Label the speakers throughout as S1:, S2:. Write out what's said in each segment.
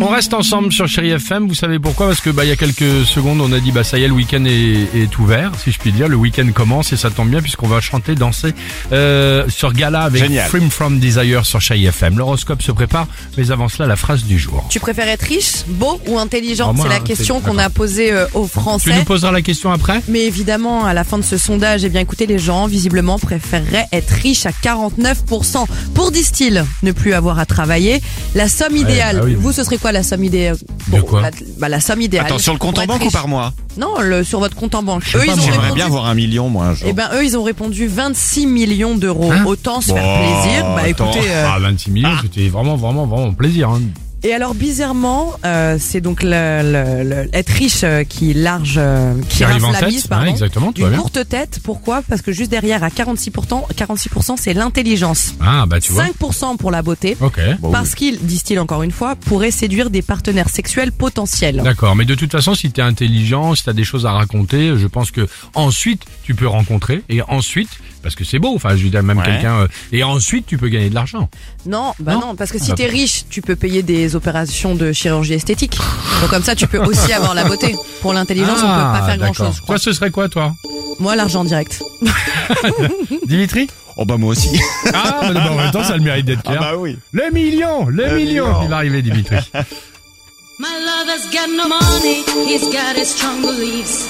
S1: On reste ensemble sur Chéri FM, vous savez pourquoi Parce que bah, il y a quelques secondes, on a dit bah ça y est, le week-end est, est ouvert, si je puis dire. Le week-end commence et ça tombe bien puisqu'on va chanter, danser euh, sur Gala avec
S2: Génial.
S1: Freem From Desire sur Chéri FM. L'horoscope se prépare, mais avant cela, la phrase du jour.
S3: Tu préfères être riche, beau ou
S1: Ah,
S3: intelligent
S1: moi,
S3: C'est la
S1: hein,
S3: question
S1: c'est-
S3: qu'on a posée euh, aux
S1: Tu nous
S3: Français.
S1: poseras la question après
S3: Mais évidemment, à la fin de ce sondage, eh bien, écoutez, les gens, visiblement, préféreraient être riches à 49%. Pour, disent-ils, ne plus avoir à travailler. La somme idéale,
S1: bah oui.
S3: vous, ce serait quoi la somme idéale
S1: De quoi
S3: la, bah, la somme idéale.
S2: Attends, sur le compte
S3: pour
S2: en
S3: être
S2: banque ou
S3: riche.
S2: par mois
S3: Non, le, sur votre compte en banque.
S1: sais
S3: Eux,
S1: pas,
S3: ils
S1: moi,
S3: ont
S2: J'aimerais
S3: répondu.
S2: bien avoir un million, moi, un jour.
S3: Eh ben, eux, ils ont répondu 26 millions d'euros.
S1: Hein
S3: Autant se faire
S2: Bon,
S3: plaisir. Bah,
S2: attends.
S3: écoutez, euh,
S1: Ah 26 millions, c'était vraiment, vraiment, vraiment plaisir. hein.
S3: Et alors bizarrement, euh, c'est donc le, le- le- être riche euh, qui large, euh, qui,
S1: Qui
S3: rince
S1: arrive en
S3: la
S1: tête,
S3: mise,
S1: hein,
S3: pardon.
S1: exactement, tu vois
S3: D'une
S1: bien.
S3: courte tête, pourquoi Parce que juste derrière, à 46%, 46% c'est l'intelligence.
S1: Ah bah tu vois. Bah
S3: 5% pour la beauté.
S1: Ok.
S3: Parce qu'ils, disent-ils encore une fois, pourraient séduire des partenaires sexuels potentiels.
S1: D'accord, mais de toute façon, si t'es intelligent, si t'as des choses à raconter, je pense que ensuite tu peux rencontrer et ensuite, parce que c'est beau, enfin, je veux dire même
S2: Ouais.
S1: quelqu'un, euh, et ensuite tu peux gagner de l'argent.
S3: Non, bah
S1: Non.
S3: non, parce que si
S1: Ah,
S3: t'es riche, tu peux payer des opérations de chirurgie esthétique. Donc comme ça, tu peux aussi avoir la beauté. Pour l'intelligence, on peut pas faire
S1: Ah, d'accord.
S3: grand-chose. je crois.
S1: Toi, ce serait quoi, toi
S3: Moi, l'argent direct.
S1: Dimitri
S2: Oh bah moi aussi.
S1: Ah, bah, bah, en même temps, ça a le mérite d'être clair.
S2: Ah, bah oui.
S1: Le million, le,
S2: Le
S1: million.
S2: million.
S1: Il va arriver, Dimitri.
S4: My lover's got no money, he's got his strong beliefs.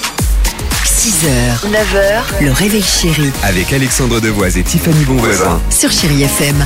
S5: 6h, 9h, le réveil chéri
S6: Avec Alexandre Devoise et Tiffany Bonvoisin.
S5: sur Chéri FM.